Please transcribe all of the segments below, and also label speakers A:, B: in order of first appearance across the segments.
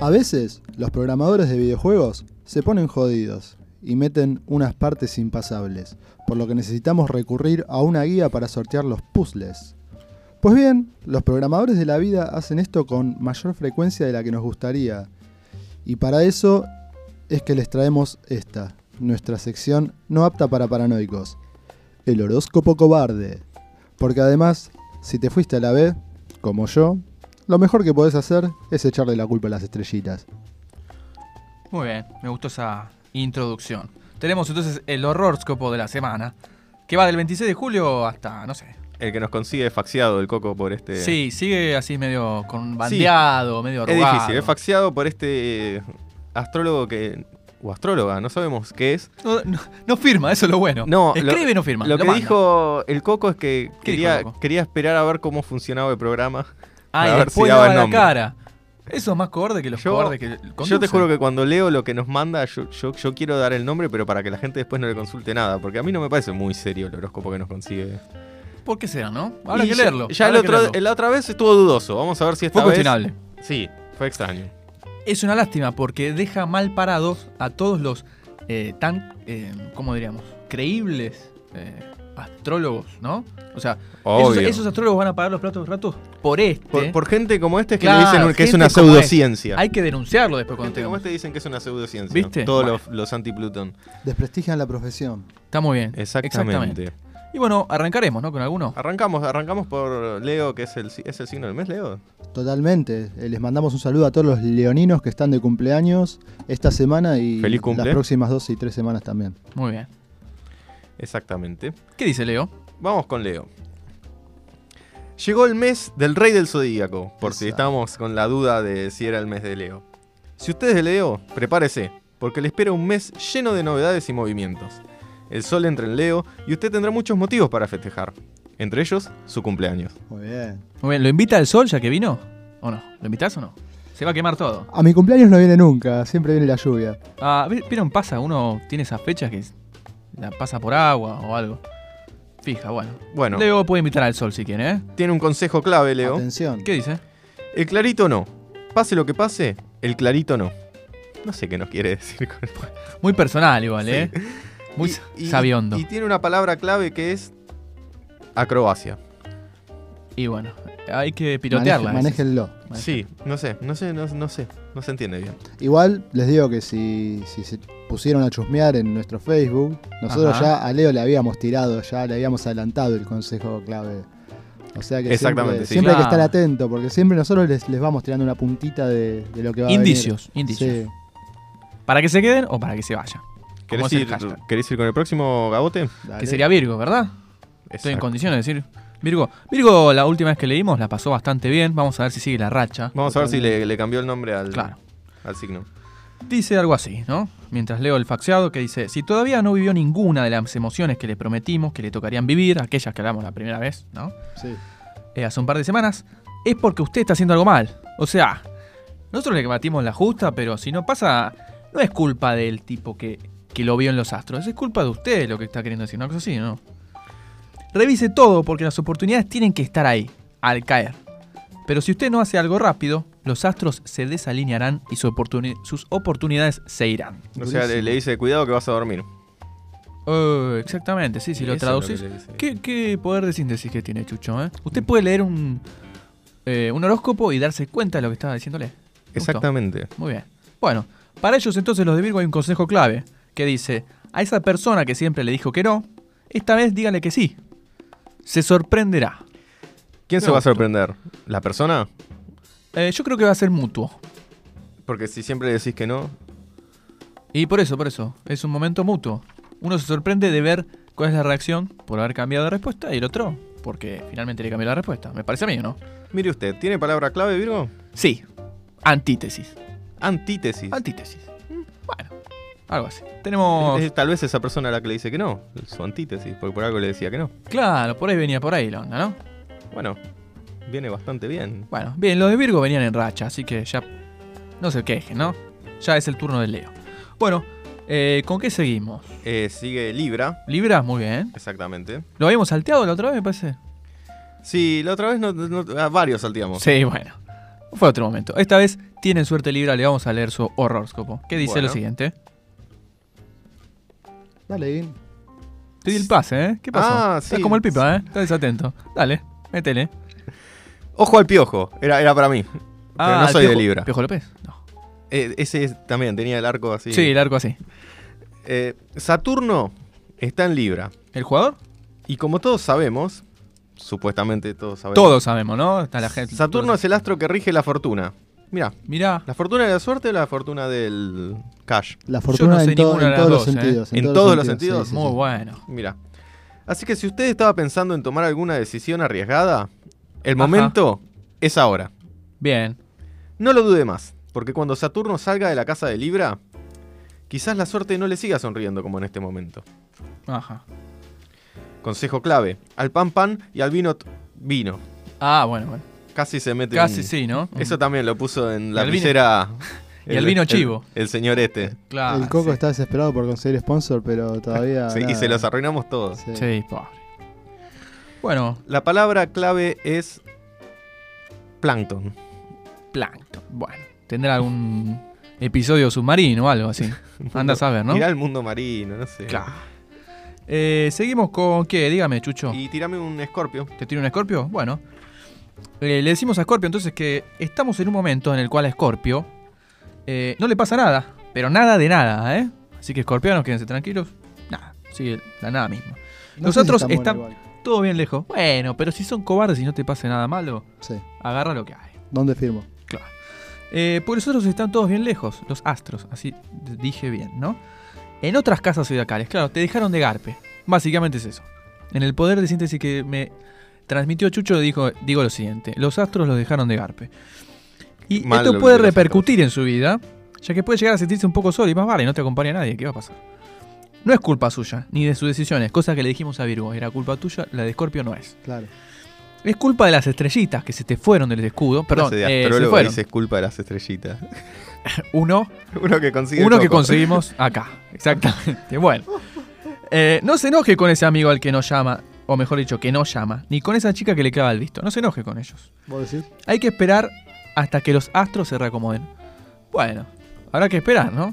A: A veces, los programadores de videojuegos se ponen jodidos y meten unas partes impasables, por lo que necesitamos recurrir a una guía para sortear los puzzles. Pues bien, los programadores de la vida hacen esto con mayor frecuencia de la que nos gustaría. Y para eso es que les traemos esta, nuestra sección no apta para paranoicos, el horóscopo cobarde. Porque además, si te fuiste a la B, como yo, lo mejor que podés hacer es echarle la culpa a las estrellitas.
B: Muy bien, me gustó esa introducción. Tenemos entonces el horóscopo de la semana, que va del 26 de julio hasta, no sé.
C: El que nos consigue faxiado el coco por este.
B: Sí, sigue así medio con bandeado, medio
C: Es
B: arrugado.
C: difícil, es faxiado por este astrólogo que. o astróloga, no sabemos qué es.
B: No, no- no firma, eso es lo bueno.
C: No, lo-
B: Escribe y no firma.
C: Lo que
B: manda.
C: dijo el Coco es que
B: ¿Qué
C: quería,
B: dijo el Coco?
C: quería esperar a ver cómo funcionaba el programa.
B: Ah, y
C: a ver
B: después
C: si
B: daba
C: daba el
B: la
C: nombre.
B: cara. Eso es más cobarde que los
C: Yo-
B: cobardes que
C: Yo te
B: conducen.
C: juro que cuando leo lo que nos manda, yo, yo, yo quiero dar el nombre, pero para que la gente después no le consulte nada, porque a mí no me parece muy serio el horóscopo que nos consigue.
B: ¿Por qué será, no? Habrá
C: Y
B: que
C: ya-
B: leerlo.
C: Ya,
B: habrá
C: el
B: que
C: otro-
B: leerlo.
C: la otra vez estuvo dudoso. Vamos a ver si esta
B: Fue
C: vez.
B: cuestionable.
C: Sí, fue extraño.
B: Es una lástima porque deja mal parados a todos los eh, tan, eh, ¿cómo diríamos? Creíbles eh, astrólogos, ¿no? O sea, esos,
C: Obvio.
B: esos astrólogos van a pagar los platos ratos por este.
C: por, por gente como este que
B: Claro,
C: le dicen un- que es
B: gente
C: una
B: como este.
C: pseudociencia.
B: Hay que denunciarlo después cuando
C: gente como
B: tengamos.
C: este dicen que es una pseudociencia.
B: ¿Viste?
C: Todos
B: Bueno.
C: los, los anti-Plutón.
A: Desprestigian la profesión.
B: Está muy bien.
C: Exactamente. Ah.
B: Y bueno, arrancaremos, ¿no? Con alguno.
C: Arrancamos, arrancamos por Leo, que es el, si- es el signo del mes, Leo.
A: Totalmente. Eh, Les mandamos un saludo a todos los leoninos que están de cumpleaños esta semana y
C: Feliz cumple.
A: las próximas dos y tres semanas también.
B: Muy bien.
C: Exactamente.
B: ¿Qué dice Leo?
C: Vamos con Leo. Llegó el mes del rey del zodíaco, por si
A: Exacto.
C: estamos con la duda de si era el mes de Leo. Si usted es de Leo, prepárese, porque le espera un mes lleno de novedades y movimientos. El sol entra en Leo y usted tendrá muchos motivos para festejar. Entre ellos, su cumpleaños.
A: Muy bien.
B: Muy bien, ¿lo invita al sol ya que vino? ¿O no? ¿Lo invitas o no? Se va a quemar todo.
A: A mi cumpleaños no viene nunca, siempre viene la lluvia.
B: Ah, ¿vi- ¿Vieron? Pasa, uno tiene esas fechas que la pasa por agua o algo. Fija, bueno.
C: Bueno,
B: Leo puede invitar al sol si quiere, ¿eh?
C: tiene un consejo clave, Leo.
A: Atención.
B: ¿Qué dice?
C: El clarito no. Pase lo que pase, el clarito no. No sé qué nos quiere decir con
B: Muy personal igual, ¿eh? Muy
C: Y- y-
B: sabiondo.
C: Y
B: Y,
C: tiene una palabra clave que es acrobacia.
B: bueno, hay que
A: Maneje-
B: pilotearla. a veces.
A: Manéjenlo.
B: Maneja.
C: Sí, no sé, no sé, no, no sé, no se entiende bien.
A: Igual les digo que si, si se pusieron a chusmear en nuestro Facebook, nosotros
B: Ajá.
A: ya a Leo le habíamos tirado, ya le habíamos adelantado el consejo clave. O sea que siempre,
C: Exactamente, sí.
A: siempre hay que estar
B: Ah.
A: atento, porque siempre nosotros les, les vamos tirando una puntita de, de lo que va a venir.
B: Indicios, indicios.
A: Sí.
B: ¿Para que se queden o para que se vayan?
C: ¿Querés
B: es el
C: ir,
B: hashtag?
C: querés ir con el próximo Gabote?
A: Dale.
B: Que sería Virgo, ¿verdad? Estoy en condiciones de decir. Virgo, Virgo, la última vez que leímos la pasó bastante bien. Vamos a ver si sigue la racha.
C: Vamos a ver si le, le cambió el nombre al,
B: Claro.
C: al signo.
B: Dice algo así, ¿no? Mientras leo el faxeado que dice, si todavía no vivió ninguna de las emociones que le prometimos que le tocarían vivir, aquellas que hablamos la primera vez, ¿no?
A: Sí.
B: Eh, hace un par de semanas, es porque usted está haciendo algo mal. O sea, nosotros le batimos la justa, pero si no pasa, no es culpa del tipo que, que lo vio en los astros, es culpa de usted lo que está queriendo decir, una cosa así, ¿no? Revise todo porque las oportunidades tienen que estar ahí, al caer. Pero si usted no hace algo rápido, los astros se desalinearán y su oportuni- sus oportunidades se irán.
C: O sea, le,
A: Durísimo.
C: le dice, cuidado que vas a dormir.
B: Eh, exactamente, sí, si lo
C: Eso es
B: traducís.
C: que le dice.
B: ¿Qué, qué poder de síntesis que tiene Chucho? eh? Usted puede leer un, eh, un horóscopo y darse cuenta de lo que estaba diciéndole. Me gustó.
C: Exactamente.
B: Muy bien. Bueno, para ellos entonces los de Virgo hay un consejo clave que dice, a esa persona que siempre le dijo que no, esta vez dígale que sí. Se sorprenderá.
C: ¿Quién
B: Me
C: se va a
B: gustó.
C: sorprender? ¿La persona?
B: Eh, yo creo que va a ser mutuo.
C: Porque si siempre le decís que no,
B: Y por eso, por eso, es un momento mutuo. Uno se sorprende de ver cuál es la reacción por haber cambiado de respuesta y el otro porque finalmente le cambió la respuesta. Me parece a mí, ¿o ¿no?
C: mire usted, ¿tiene palabra clave, Virgo?
B: Sí. Antítesis.
C: Antítesis.
B: Antítesis. Mm, Bueno, algo así. Tenemos.
C: Es tal vez esa persona la que le dice que no, su antítesis, porque por algo le decía que no.
B: Claro, por ahí venía por ahí la onda, ¿no?
C: Bueno, viene bastante bien.
B: Bueno, bien, los de Virgo venían en racha, así que ya. No se quejen, ¿no? Ya es el turno de Leo. Bueno, Eh, ¿Con qué seguimos?
C: Eh, sigue Libra,
B: Libra, muy bien.
C: exactamente.
B: ¿Lo habíamos salteado la otra vez, me parece?
C: Sí, la otra vez no, no- a varios salteamos.
B: Sí, bueno. Fue otro momento. Esta vez tienen suerte Libra, le vamos a leer su horóscopo. ¿Qué dice
C: Bueno.
B: lo siguiente?
A: Dale, Guin.
B: Te di el pase, ¿eh? ¿Qué pasó?
C: Ah,
B: Estás
C: sí.
B: como el pipa, ¿eh? Estás desatento. Dale, métele.
C: Ojo al piojo, era, era para mí. Pero no
B: Ah, al
C: soy de
B: Piojo-
C: Libra.
B: ¿Piojo López? No.
C: Eh, ese es- también tenía el arco así.
B: Sí. el arco así.
C: Eh, Saturno está en Libra.
B: ¿El jugador?
C: Y como todos sabemos, supuestamente todos sabemos.
B: Todos sabemos, ¿no? Está la gente.
C: Saturno es el astro que rige la fortuna. Mira,
B: Mirá.
C: ¿la fortuna de la suerte o la fortuna del cash?
A: La fortuna
B: no sé
A: en, to-
B: ninguna de
A: en
B: las
A: todos los
B: dos, ¿eh?
A: sentidos.
C: ¿En todos los sentidos?
A: sí,
B: Muy
A: sí.
B: bueno.
C: Mira. Así que si usted estaba pensando en tomar alguna decisión arriesgada, el momento es ahora.
B: Bien.
C: No lo dude más, porque cuando Saturno salga de la casa de Libra, quizás la suerte no le siga sonriendo como en este momento.
B: Ajá.
C: Consejo clave, al pan pan y al vino t- vino.
B: Ah, bueno, bueno.
C: Casi se mete
B: Casi
C: un-
B: sí, ¿no? Mm,
C: Eso también lo puso en la
B: Y al vino-
C: visera.
B: y al vino chivo.
C: El, señor este.
B: Claro.
A: el Coco
B: sí.
A: está desesperado por conseguir sponsor, pero todavía.
C: Sí, y
A: Ah, nada.
C: se los arruinamos todos.
A: Sí.
B: Sí, pobre. Bueno,
C: La palabra clave es plancton.
B: plancton. Bueno, tendrá algún episodio submarino o algo así. Anda a saber, ¿no?
C: Mirá el mundo marino, no sé.
B: Claro. Eh, Seguimos con qué? Dígame, Chucho.
C: Y tirame un escorpio.
B: ¿Te tiene un Escorpio? Bueno. Eh, le decimos a Escorpio entonces que estamos en un momento en el cual a Escorpio eh, no le pasa nada, pero nada de nada, ¿eh? Así que escorpianos, quédense tranquilos. Nada, sigue la nada misma.
A: No
B: Nosotros
A: sé si está
B: estam-
A: bueno igual.
B: Todo bien lejos. Bueno, pero si son cobardes y no te pase nada malo,
A: Sí.
B: agarra lo que hay.
A: ¿Dónde firmo?
B: Claro. Eh, por nosotros están todos bien lejos, los astros, así d- dije bien, ¿no? En otras casas zodiacales, claro, te dejaron de garpe. Básicamente es eso. En el poder de síntesis que me transmitió Chucho, dijo, digo lo siguiente: los astros los dejaron de garpe. Y
C: Mal lo
B: esto
C: que
B: puede
C: los astros.
B: repercutir en su vida, ya que puede llegar a sentirse un poco solo y más vale, no te acompaña nadie, ¿qué va a pasar? No es culpa suya, ni de sus decisiones, cosa que le dijimos a Virgo, era culpa tuya, la de Escorpio no es.
A: Claro.
B: Es culpa de las estrellitas que se te fueron del escudo, perdón,
C: Frase de
B: eh, se
C: astrólogo
B: fueron.
C: dice es culpa de las estrellitas.
B: Uno
C: Uno que consigue.
B: Uno que
C: Coco.
B: conseguimos acá, exactamente. Bueno, Eh, no se enoje con ese amigo al que no llama, o mejor dicho, que no llama, ni con esa chica que le clava el visto. No se enoje con ellos.
A: ¿Vos decís?
B: Hay que esperar hasta que los astros se reacomoden. Bueno, habrá que esperar, ¿no?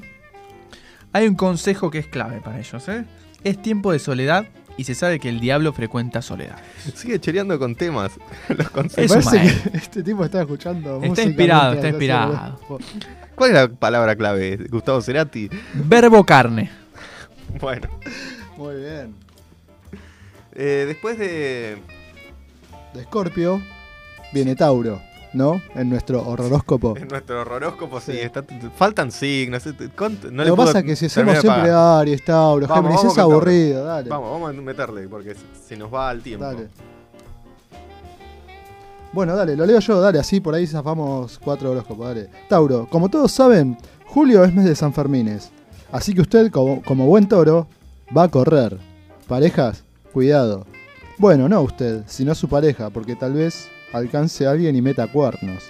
B: Hay un consejo que es clave para ellos, ¿eh? Es tiempo de soledad y se sabe que el diablo frecuenta soledad.
C: Sigue choreando con temas. Los
A: Me
C: consejos.
B: Es un
A: parece
B: maestro.
A: que este tipo está escuchando.
B: Está
A: música
B: inspirado,
A: mientras
B: está
A: hace
B: inspirado.
A: algo.
C: ¿Cuál es la palabra clave, Gustavo Cerati?
B: Verbo carne.
C: Bueno.
A: Muy bien.
C: eh, después de.
A: De Escorpio viene Tauro, ¿no? En nuestro horroróscopo.
C: En nuestro horóscopo, sí,
A: Sí.
C: está- faltan signos. este, cont- No le
A: Lo que
C: puedo
A: pasa es que si hacemos
C: terminar de
A: siempre
C: pagar.
A: Aries, Tauro,
C: Vamos,
A: Géminis,
C: vamos
A: es
C: con Tauro.
A: aburrido, dale.
C: Vamos, vamos a meterle, porque se- se nos va el tiempo.
A: Dale. Bueno, dale, lo leo yo, dale, así por ahí zafamos cuatro horóscopos, dale. Tauro, como todos saben, julio es mes de San Fermines. Así que usted, como, como buen toro, va a correr. Parejas, cuidado. Bueno, no usted, sino su pareja, porque tal vez alcance a alguien y meta cuernos.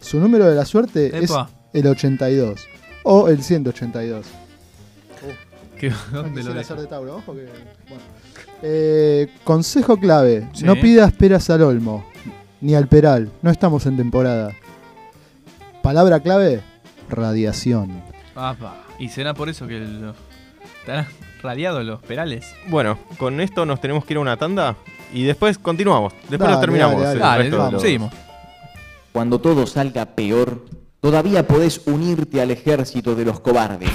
A: Su número de la suerte
B: Epa.
A: es el 82 o el 182.
B: ¿Qué-
A: No
B: ¿Dónde
A: quisiera
B: lo dejo?
A: ser de Tauro, ojo que- bueno. Eh, consejo clave:
B: Sí.
A: no pidas peras al olmo, ni al peral, no estamos en temporada. Palabra clave: radiación.
B: Apa. ¿Y será por eso que el- estarán radiados los perales?
C: Bueno, con esto nos tenemos que ir a una tanda y después continuamos. Después
A: Dale,
C: lo terminamos.
A: dale,
C: el
A: dale.
B: Dale,
C: resto de
A: vamos.
C: los-
B: seguimos.
D: Cuando todo salga peor, todavía podés unirte al ejército de los cobardes.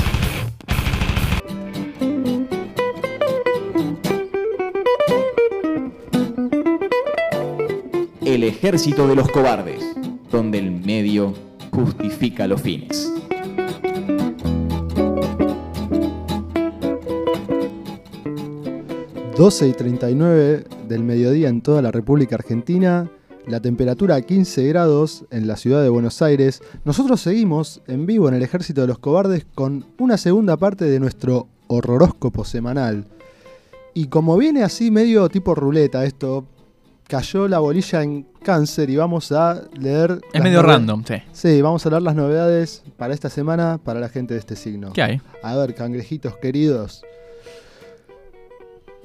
D: El ejército de los cobardes, donde el medio justifica los fines.
A: Dale. 12 y 39 del mediodía en toda la República Argentina. La temperatura a 15 grados en la ciudad de Buenos Aires. Nosotros seguimos en vivo en el Ejército de los Cobardes con una segunda parte de nuestro horroróscopo semanal. Y como viene así medio tipo ruleta esto, cayó la bolilla en Cáncer y vamos a leer...
B: Es
A: las
B: medio
A: novedades-
B: random, sí.
A: Sí, vamos a leer las novedades para esta semana para la gente de este signo.
B: ¿Qué hay?
A: A ver, cangrejitos queridos.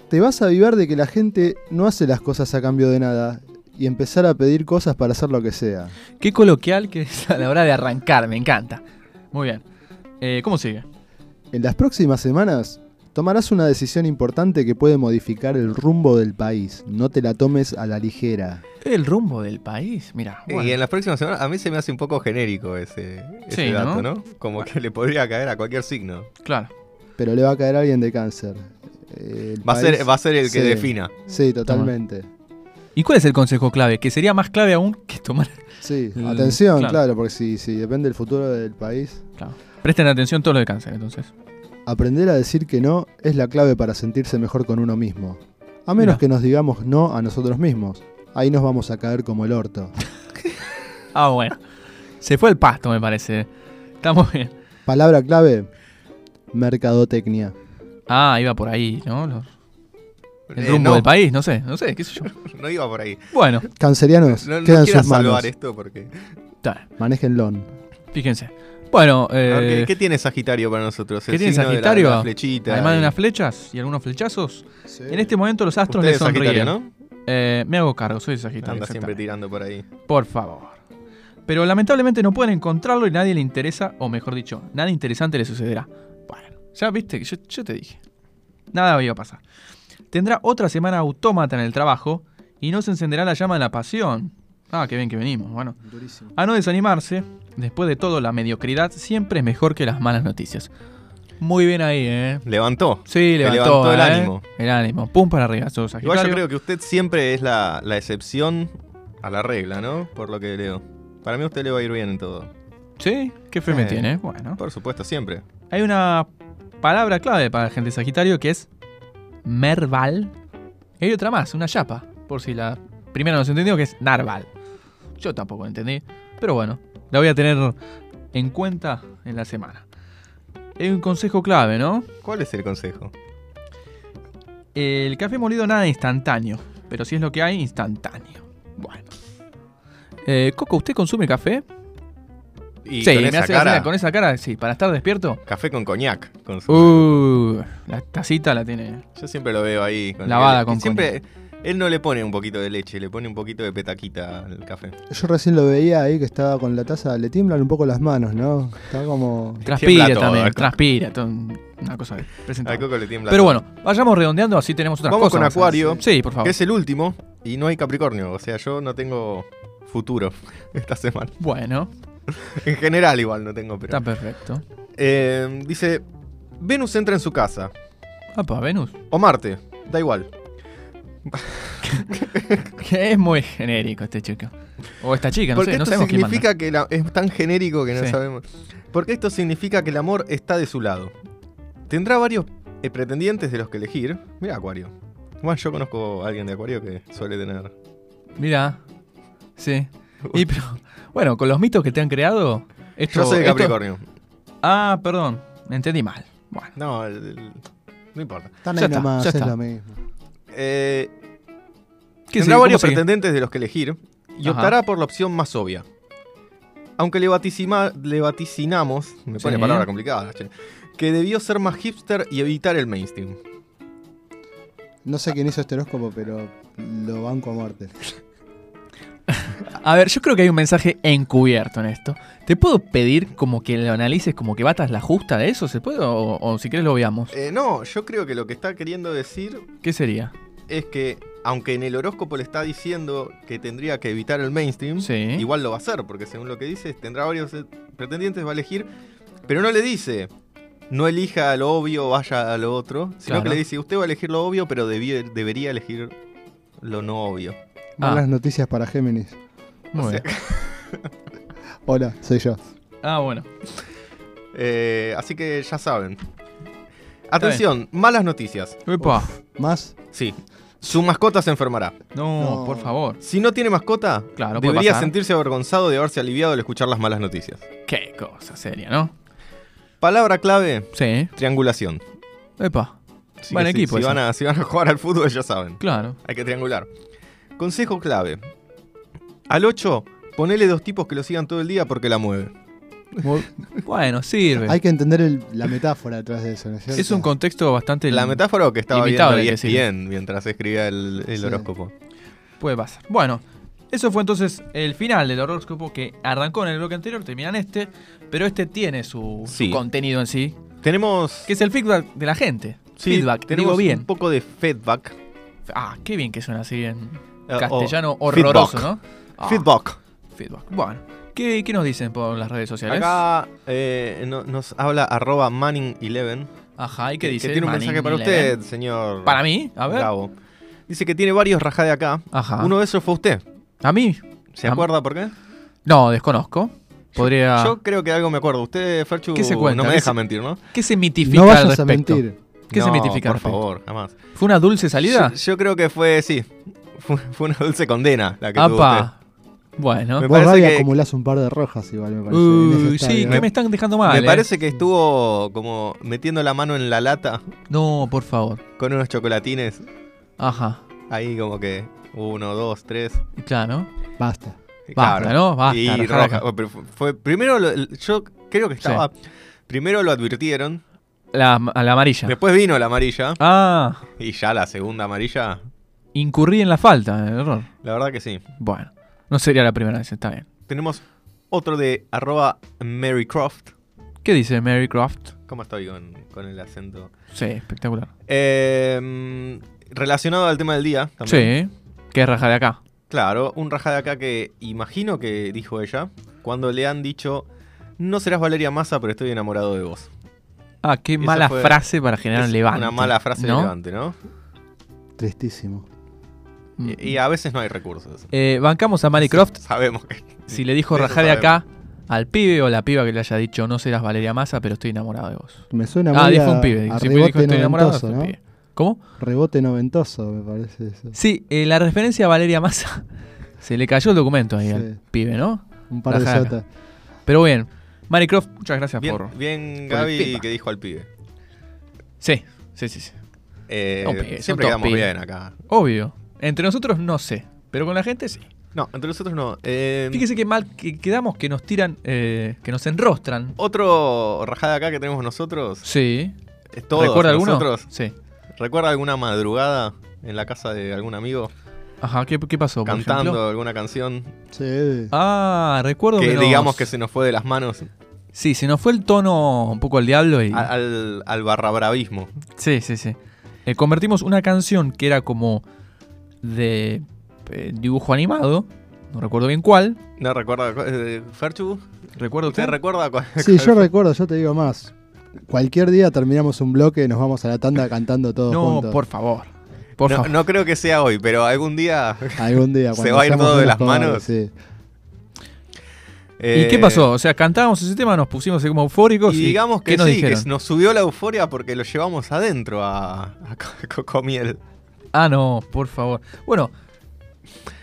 A: Te vas a avivar de que la gente no hace las cosas a cambio de nada y empezar a pedir cosas para hacer lo que sea.
B: Qué coloquial que es a la hora de arrancar, me encanta. Muy bien. Eh, ¿Cómo sigue?
A: En las próximas semanas tomarás una decisión importante que puede modificar el rumbo del país. No te la tomes a la ligera.
B: El rumbo del país, mira. bueno.
C: Y en las próximas semanas, a mí se me hace un poco genérico ese, ese
B: Sí, ¿no?
C: dato, ¿no? Como que le podría caer a cualquier signo.
B: Claro.
A: Pero le va a caer a alguien de cáncer. El
C: Va a,
A: país-
C: ser, va a ser el que
A: sí.
C: defina.
A: Sí, totalmente.
B: ¿Y cuál es el consejo clave? Que sería más clave aún que tomar.
A: Sí,
B: Mm,
A: atención,
B: claro.
A: claro, porque si, si depende el futuro del país.
B: Claro. Presten atención todo lo de cáncer, entonces.
A: Aprender a decir que no es la clave para sentirse mejor con uno mismo. A menos
B: Mirá.
A: que nos digamos no a nosotros mismos. Ahí nos vamos a caer como el orto.
B: Ah, bueno. Se fue el pasto, me parece. Estamos bien.
A: Palabra clave, mercadotecnia.
B: Ah, iba por ahí, ¿no? Los- el
C: Eh,
B: rumbo
C: no,
B: del país, no sé, no sé, qué sé yo.
C: no iba por ahí.
B: Bueno,
A: Cancerianos,
C: No, no
A: quedan
C: quiero
A: sus manos.
C: salvar esto porque.
B: está,
A: Manéjenlo.
B: fíjense. Bueno,
C: A ver,
B: eh,
C: ¿qué, qué tiene Sagitario para nosotros?
B: ¿qué
C: El
B: tiene
C: signo de la-
B: Sagitario?
C: de la flechita
B: además de
C: y-
B: unas flechas y algunos flechazos,
A: Sí.
B: en este momento los astros
C: Usted
B: le
C: es Sagitario,
B: sonríen.
C: ¿no?
B: Eh, me hago cargo, soy de Sagitario.
C: Anda siempre
B: exactamente.
C: tirando por ahí.
B: Por favor. Pero lamentablemente no pueden encontrarlo y nadie le interesa, o mejor dicho, nada interesante le sucederá. Bueno, ya viste que yo, yo te dije. Nada iba a pasar. Tendrá otra semana autómata en el trabajo y no se encenderá la llama de la pasión. Ah, qué bien que venimos, bueno. A no desanimarse, después de todo, la mediocridad siempre es mejor que las malas noticias. Muy bien ahí, ¿eh?
C: Levantó.
B: Sí,
C: Te
B: levantó,
C: levantó el
B: ¿eh?
C: ánimo.
B: El ánimo. Pum para arriba, sos
C: Igual yo
B: Sagitario.
C: creo que usted siempre es la, la excepción a la regla, ¿no? Por lo que leo. Para mí a usted le va a ir bien en todo.
B: Sí, qué fe me
C: Eh.
B: tiene, ¿eh? bueno.
C: Por supuesto, siempre.
B: Hay una palabra clave para la gente de Sagitario que es merval. Y hay otra más, una chapa. Por si la primera no se entendió, que es narval. Yo tampoco entendí. Pero bueno, la voy a tener en cuenta en la semana. Hay un consejo clave, ¿no?
C: ¿Cuál es el consejo?
B: El café molido nada instantáneo. Pero si es lo que hay, instantáneo. Bueno. Eh, Coco, ¿usted consume café?
C: Y
B: sí,
C: con
B: me
C: esa
B: hace
C: cara,
B: cara, con esa cara, sí, para estar despierto.
C: café con coñac. con su-
B: Uh, la tacita la tiene.
C: Yo siempre lo veo ahí. Con
B: Lavada
C: el-
B: con
C: Siempre él no le pone un poquito de leche, le pone un poquito de petaquita al café.
A: Yo recién lo veía ahí que estaba con la taza, le tiemblan un poco las manos, ¿no? Está como...
B: Transpira
C: todo,
B: también,
C: Coco.
B: transpira. todo, una cosa
C: Al
B: presentable.
C: Coco le tiembla.
B: Pero
C: todo.
B: bueno, vayamos redondeando, así tenemos otras
C: Vamos
B: cosas.
C: con Acuario,
B: Sí, por favor.
C: Que es el último y no hay Capricornio. O sea, yo no tengo futuro esta semana.
B: Bueno,
C: En general igual no tengo, pero...
B: está perfecto.
C: Eh, dice, Venus entra en su casa.
B: Apa, Venus.
C: O Marte, da igual.
B: Que es muy genérico este chico. O esta chica, no
C: Porque
B: sé, no
C: esto
B: sabemos quién manda.
C: significa que la- es tan genérico que no
B: Sí.
C: sabemos. Porque esto significa que el amor está de su lado. Tendrá varios eh, pretendientes de los que elegir. Mira Acuario. Bueno, yo conozco a alguien de Acuario que suele tener.
B: Mirá. Sí. Y pero, bueno, con los mitos que te han creado. Esto,
C: Yo soy de
B: esto-
C: Capricornio.
B: Ah, perdón, me entendí mal. Bueno,
C: No, el- el- no importa.
A: Están
B: Ya
A: ahí
B: está,
A: nomás,
B: ya
A: es
B: está.
A: lo mismo.
C: Eh,
B: ¿qué sigue?
C: Tendrá
B: ¿Cómo
C: varios
B: sigue?
C: pretendientes de los que elegir y
B: Ajá.
C: optará por la opción más obvia. Aunque le, vaticima- le vaticinamos, me pone
B: Sí.
C: palabra complicada, che, que debió ser más hipster y evitar el mainstream.
A: No sé quién hizo este horóscopo, pero lo banco a muerte.
B: A ver, yo creo que hay un mensaje encubierto en esto. ¿Te puedo pedir como que lo analices, como que batas la justa de eso? ¿Se puede? O, o si quieres lo veamos.
C: Eh, no, yo creo que lo que está queriendo decir
B: ¿Qué sería?
C: es que, aunque en el horóscopo le está diciendo que tendría que evitar el mainstream,
B: Sí.
C: igual lo va a hacer, porque según lo que dice, tendrá varios eh, pretendientes, va a elegir, pero no le dice, no elija lo obvio, vaya a lo otro, sino
B: Claro.
C: que le dice, usted va a elegir lo obvio, pero debió- debería elegir lo no obvio.
B: Ah.
A: Malas noticias para Géminis.
B: Muy
C: o sea-
B: bien.
A: Hola, soy yo.
B: Ah, bueno.
C: Eh, así que ya saben. Atención, malas noticias.
B: Epa.
A: Más
C: Sí. Su mascota se enfermará.
B: No,
A: No.
B: por favor.
C: Si no tiene mascota,
B: Claro, puede
C: debería
B: pasar.
C: sentirse avergonzado de haberse aliviado al escuchar las malas noticias.
B: Qué cosa seria, ¿no?
C: Palabra clave,
B: Sí.
C: triangulación.
B: Epa.
C: Así
B: Buen
C: que si-
B: equipo
C: Si,
B: ese.
C: van a, si van a jugar al fútbol, ya saben.
B: Claro.
C: Hay que triangular. Consejo clave. Al 8, ponele dos tipos que lo sigan todo el día porque la mueve.
B: Muy- Bueno, sirve.
A: Hay que entender el- la metáfora detrás de eso, ¿no es cierto?
B: Es un contexto bastante.
C: La metáfora o que estaba
B: Imitable,
C: viendo E
B: que sí.
C: bien mientras escribía el, el
A: Sí.
C: horóscopo.
B: Puede pasar. Bueno, eso fue entonces el final del horóscopo que arrancó en el bloque anterior, termina en este, pero este tiene su, su
C: Sí.
B: contenido en sí,
C: Tenemos,
B: que es el feedback de la gente.
C: sí,
B: feedback,
C: tenemos
B: digo bien.
C: un poco de feedback.
B: Ah, qué bien que suena así en
C: eh, o
B: castellano horroroso,
C: feedback.
B: ¿no? Ah,
C: Feedback.
B: feedback. Bueno, ¿qué, qué nos dicen por las redes sociales?
C: Acá eh, no- nos habla arroba Manning11.
B: Ajá, ¿y qué
C: que-
B: dice?
C: Que tiene un
B: Manning
C: mensaje para
B: Eleven?
C: usted, señor.
B: Para mí, a ver. Ah.
C: Bravo. Dice que tiene varios rajá de acá.
B: Ajá.
C: Uno de esos fue usted.
B: ¿A mí?
C: ¿Se
B: Am-
C: acuerda por qué?
B: No, desconozco. Podría.
C: Yo creo que algo me acuerdo. Usted, Ferchu,
B: Ah. ¿Qué se cuenta?
C: no me
B: ¿Qué
C: deja
B: se-
C: mentir, ¿no?
B: ¿Qué se mitifica
A: No
B: al
A: vayas
B: respecto?
A: a mentir.
B: ¿Qué se
C: No,
B: mitifica al
C: Por
B: respecto?
C: favor, jamás.
B: ¿Fue una dulce salida?
C: Yo, yo creo que fue, sí. Fue, fue una dulce condena la que tuvo usted.
B: Apa. Bueno.
C: Me
A: Vos, Gaby,
C: parece que-
A: acumulás un par de rojas igual, me parece. en ese
B: Uy, Uh, sí,
A: estadio,
B: que
A: ¿eh?
B: me están dejando mal.
C: me
B: eh.
C: parece que estuvo como metiendo la mano en la lata
B: No, por favor.
C: con unos chocolatines.
B: Ajá.
C: Ahí como que uno, dos, tres.
B: Y Claro.
A: Basta.
B: Basta, ¿no? Basta,
C: Eh, Y
B: rajar
C: roja.
B: acá.
C: Bueno, pero fue- fue- primero, lo- yo creo que estaba. Primero lo advirtieron,
B: La, a la amarilla.
C: después vino la amarilla
B: Ah,
C: y ya la segunda amarilla.
B: incurrí en la falta, en el error.
C: La verdad que sí.
B: Bueno, no sería la primera vez, está bien.
C: Tenemos otro de arroba Mary Croft.
B: ¿Qué dice Mary Croft?
C: ¿Cómo estoy con, con el acento?
B: Sí, espectacular.
C: Eh, relacionado al tema del día también.
B: Sí, que es raja de acá.
C: Claro, un rajá de acá que imagino que dijo ella cuando le han dicho: No serás Valeria Massa, pero estoy enamorado de vos.
B: Ah, qué
C: Esa
B: mala
C: fue-
B: frase para generar
C: Es
B: un levante.
C: Una mala frase
B: ¿no?
C: de levante, ¿no?
A: Tristísimo.
B: Mm.
C: Y, y a veces no hay recursos.
B: Eh, bancamos a Mary Croft
C: Sabemos que.
B: si le dijo
C: de eso
B: raja de
C: sabemos.
B: acá al pibe o la piba que le haya dicho no serás Valeria Massa, pero estoy enamorado de vos.
A: Me suena
B: Ah,
A: muy
B: dijo
A: a-
B: un pibe.
A: a
B: Si
A: rebote
B: dijo estoy enamorado,
A: noventoso,
B: fue
A: ¿no?
B: un pibe. ¿Cómo?
A: Rebote noventoso, me parece eso.
B: Sí, eh, la referencia a Valeria Massa. Se le cayó el documento ahí
A: Sí.
B: al pibe, ¿no?
A: Un par de
B: Ajá.
A: sotas.
B: Pero bien, Mary Croft, muchas gracias
C: Bien,
B: por.
C: bien
B: por el
C: Gaby
B: feedback.
C: que dijo al pibe.
B: Sí, sí, sí, sí.
C: Eh,
B: No, pibe, son
C: siempre
B: todos
C: quedamos
B: pibes.
C: bien acá.
B: Obvio. Entre nosotros no sé, pero con la gente sí.
C: No, entre nosotros no. Eh,
B: Fíjese que mal que quedamos que nos tiran, eh, que nos enrostran.
C: Otro rajada acá que tenemos nosotros.
B: Sí.
C: es Todos
B: ¿Recuerda alguno?
C: nosotros.
B: Sí.
C: ¿Recuerda alguna madrugada en la casa de algún amigo?
B: Ajá, ¿qué, qué pasó? por
C: cantando
B: ejemplo?
C: alguna canción
A: Sí.
B: Ah, recuerdo
C: que
B: que. nos-
C: digamos que se nos fue de las manos
B: Sí, se nos fue el tono un poco al diablo y.
C: a- al, al barrabravismo.
B: Sí, sí, sí. Eh, convertimos una canción que era como de eh, dibujo animado, no recuerdo bien cuál.
C: No recuerda. eh, Ferchu,
B: ¿Recuerdo
C: ¿usted
B: usted?
C: recuerda cuál?
A: Sí, yo recuerdo, yo te digo más. Cualquier día terminamos un bloque y nos vamos a la tanda cantando todos
B: no,
A: juntos.
B: por favor. Por
C: no,
B: favor.
C: no creo que sea hoy, pero algún día.
A: Algún día.
C: Se
A: cuando
C: va a ir
A: seamos
C: todo de
A: menos
C: las
A: cobardes,
C: manos.
A: sí.
B: ¿Y
C: eh,
B: qué pasó? O sea, cantábamos ese tema, nos pusimos así como eufóricos.
C: Y
B: Y
C: digamos que
B: ¿qué nos
C: sí,
B: dijeron?
C: que nos subió la euforia porque lo llevamos adentro a, a Co- Cocomiel.
B: Ah, no, por favor. Bueno,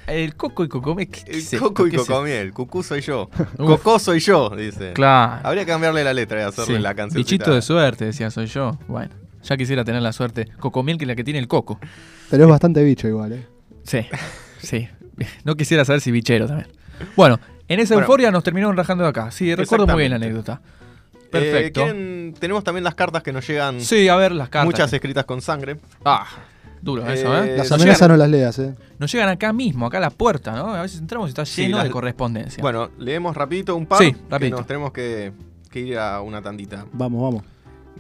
B: el coco y coco. ¿qué- qué
C: El
B: es esto?
C: Coco y
B: ¿Qué es esto?
C: Cocomiel, Cucú soy yo. Cocó soy yo, dice.
B: Claro.
C: Habría que cambiarle la letra y hacerle
B: sí.
C: la canción.
B: Bichito de suerte, decía, soy yo. Bueno, ya quisiera tener la suerte. Cocomiel que es la que tiene el coco.
A: Pero es bastante bicho igual, ¿eh?
B: Sí, sí. No quisiera saber si bichero también. Bueno, en esa
C: Bueno.
B: euforia nos terminaron rajando de acá. Sí, recuerdo muy bien la
C: Exactamente.
B: anécdota. Perfecto.
C: Eh, tenemos también las cartas que nos llegan,
B: Sí, a ver las cartas.
C: muchas escritas con sangre.
B: Ah, duro eso,
C: Eh,
B: ¿eh?
A: Las
C: no
A: amenazas
C: llegan.
A: no las leas, ¿eh?
B: Nos llegan acá mismo, acá a la puerta, ¿no? A veces entramos y está
C: Sí,
B: lleno
C: las-
B: de correspondencia.
C: Bueno, leemos rapidito un par.
B: Sí,
C: que
B: rapidito.
C: nos tenemos que, que ir a una tandita.
A: Vamos, vamos.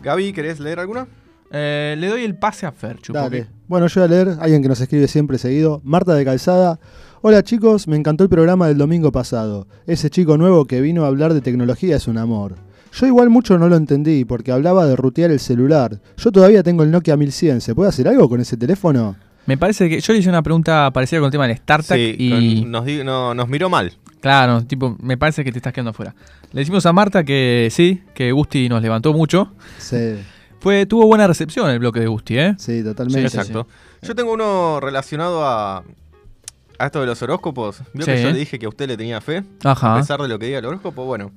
C: Gaby, ¿querés leer alguna?
B: Eh, le doy el pase a Ferchu.
A: Dale.
B: porque-
A: Bueno, yo voy a leer alguien que nos escribe siempre seguido. Marta de Calzada. Hola chicos, me encantó el programa del domingo pasado. Ese chico nuevo que vino a hablar de tecnología es un amor. Yo igual mucho no lo entendí porque hablaba de rutear el celular. Yo todavía tengo el Nokia 1100. ¿Se puede hacer algo con ese teléfono?
B: Me parece que yo le hice una pregunta parecida con el tema del StarTAC y...
C: con- nos, di- no, nos miró mal.
B: Claro, tipo, me parece que te estás quedando fuera. Le decimos a Marta que sí, que Gusti nos levantó mucho.
A: Sí,
B: Fue, tuvo buena recepción el bloque de Gusti, ¿eh?
A: sí, totalmente.
B: Sí,
C: Exacto. Yo tengo uno relacionado a, a esto de los horóscopos. Vio que
B: Sí. Ah.
C: yo le dije que a usted le tenía fe, a
B: Ajá.
C: pesar de lo que diga el horóscopo. Bueno,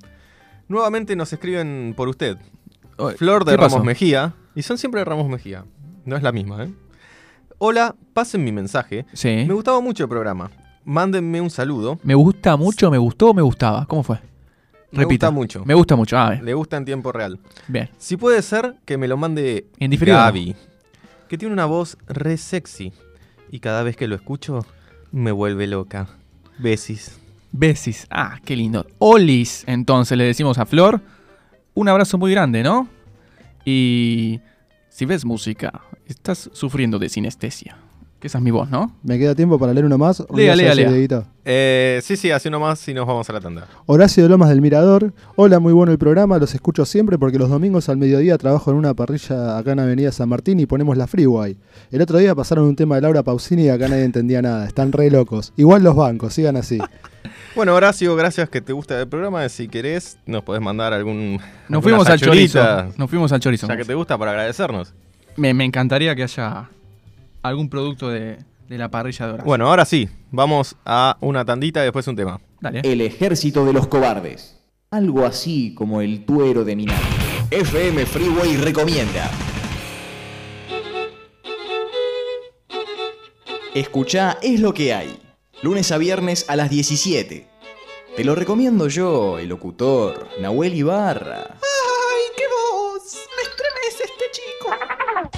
C: nuevamente nos escriben por usted.
B: Oye,
C: Flor de
B: ¿qué
C: Ramos
B: pasó?
C: Mejía. Y son siempre de Ramos Mejía. No es la misma, ¿eh? Hola, pasen mi mensaje.
B: Sí.
C: Me gustaba mucho el programa. mándenme un saludo.
B: Me gusta mucho, me gustó o me gustaba. ¿Cómo fue?
C: Me
B: Repita.
C: gusta mucho.
B: Me gusta mucho. Ah, bien.
C: Le gusta en tiempo real.
B: bien.
C: Si puede ser que me lo mande
B: En diferido.
C: Gaby, que tiene una voz re sexy y cada vez que lo escucho me vuelve loca. Besis.
B: Besis. Ah, qué lindo. Olis, entonces le decimos a Flor. Un abrazo muy grande, ¿no? Y si ves música, estás sufriendo de sinestesia. Que esa es mi voz, ¿no?
A: ¿Me queda tiempo para leer uno más? ¿O
B: Lea,
A: me vas a
B: lea,
A: decir,
B: lea.
A: Dieguito?
C: Eh, sí, sí, hace uno más y nos vamos a la tanda.
A: Horacio de Lomas del Mirador. Hola, muy bueno el programa. Los escucho siempre porque los domingos al mediodía trabajo en una parrilla acá en Avenida San Martín y ponemos la Freeway. El otro día pasaron un tema de Laura Pausini y acá nadie entendía nada. Están re locos. Igual los bancos, sigan así.
C: Bueno, Horacio, gracias que te gusta el programa. Si querés, nos podés mandar algún. alguna
B: Nos fuimos al chorizo.
C: facturita,
B: Nos fuimos al chorizo.
C: Ya que te gusta para agradecernos.
B: me, me encantaría que haya algún producto de, de la parrilla de Horacio.
C: Bueno, ahora sí, vamos a una tandita y después un tema.
B: dale.
D: El ejército de los cobardes. Algo así como el tuero de Minami. FM Freeway recomienda. Escucha Es lo que hay. Lunes a viernes a las 17. Te lo recomiendo yo, el locutor, Nahuel Ibarra.